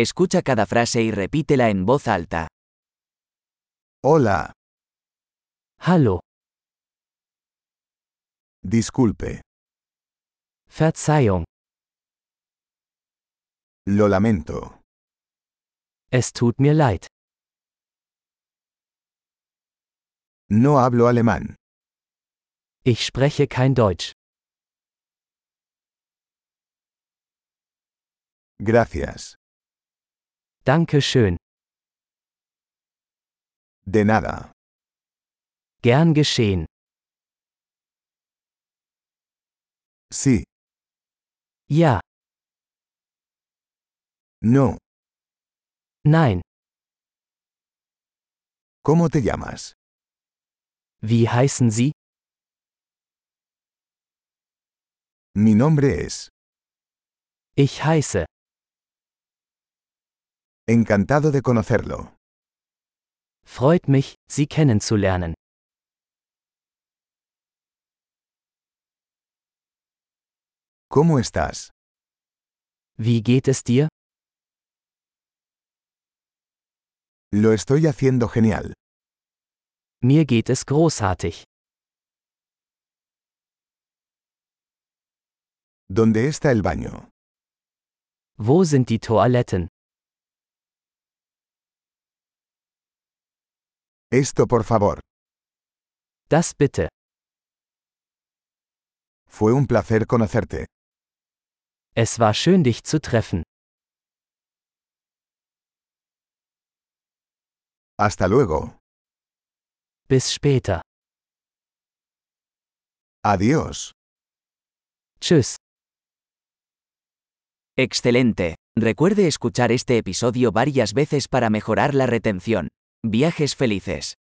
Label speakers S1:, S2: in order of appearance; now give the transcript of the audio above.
S1: Escucha cada frase y repítela en voz alta.
S2: Hola,
S1: Hallo,
S2: disculpe,
S1: Verzeihung,
S2: lo lamento,
S1: es tut mir leid.
S2: no hablo alemán,
S1: Ich spreche kein Deutsch.
S2: gracias,
S1: Danke schön.
S2: de nada,
S1: Gern geschehen.
S2: sí,
S1: Ja,
S2: no,
S1: nein.
S2: ¿cómo te llamas?
S1: Wie heißen Sie?
S2: Mi nombre es,
S1: Ich heiße.
S2: encantado de conocerlo,
S1: Freut mich, Sie kennenzulernen.
S2: ¿cómo estás?
S1: Wie geht es dir?
S2: Lo estoy haciendo genial,
S1: Mir geht es großartig.
S2: ¿dónde está el baño?
S1: Wo sind die Toiletten?
S2: Esto por favor,
S1: Das bitte.
S2: fue un placer conocerte,
S1: Es war schön, dich zu treffen.
S2: hasta luego,
S1: Bis später.
S2: adiós.
S1: Tschüss. Excelente. Recuerde escuchar este episodio varias veces para mejorar la retención. Viajes felices.